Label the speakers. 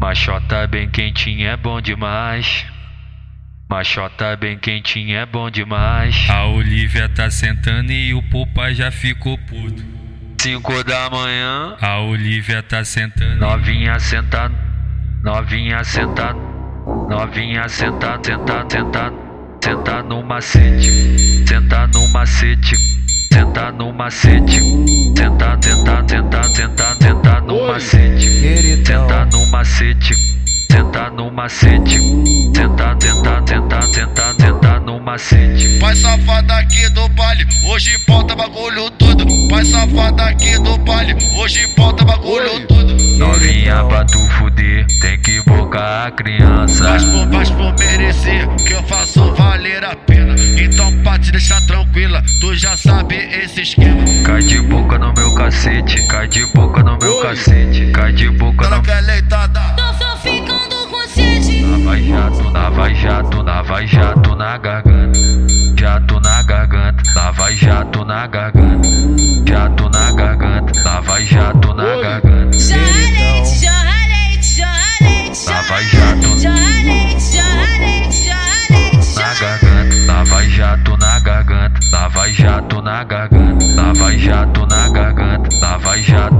Speaker 1: Machota bem quentinha é bom demais. Machota bem quentinha é bom demais. A Olivia tá sentando e o pupa já ficou puto. 5 da manhã, a Olivia tá sentando. Novinha sentada, novinha sentada, novinha sentada, sentada, sentada, sentada no macete, sentada no macete, sentada no macete, sentada, sentada, sentada, sentada, sentada no macete.
Speaker 2: Queridão,
Speaker 3: Então.
Speaker 1: Sentar no macete, sentar no macete, sentar, sentar, sentar, sentar, sentar no macete.
Speaker 3: Pai safada aqui do baile, hoje pauta bagulho tudo. Pai safada aqui do baile, hoje pauta bagulho tudo.
Speaker 1: Novinha
Speaker 2: queridão.
Speaker 1: pra tu fuder, tem que bocar a criança.
Speaker 3: Mas por, mas por merecer, que eu faço valer a pena. Então pra te deixar tranquila, tu já sabe esse esquema.
Speaker 1: Cai de boca no meu cacete, cai de boca no meu cacete, cai de boca no
Speaker 3: Ela quer leitada.
Speaker 4: Tô só ficando com sede.
Speaker 1: Vai jato, na vai jato, na vai jato na garganta. Jato na garganta, na vai jato na garganta. Jato na garganta, na vai jato na garganta.
Speaker 4: Jorra leite, jorra leite, jorra leite,
Speaker 1: Lá vai
Speaker 4: jorra-
Speaker 1: jato.
Speaker 4: jorra leite, jorra leite, jorra leite,
Speaker 1: na
Speaker 4: jorra-
Speaker 1: garganta, lá vai jato na garganta, lá vai jato na garganta, lá vai jato na garganta, lá vai jato
Speaker 3: É.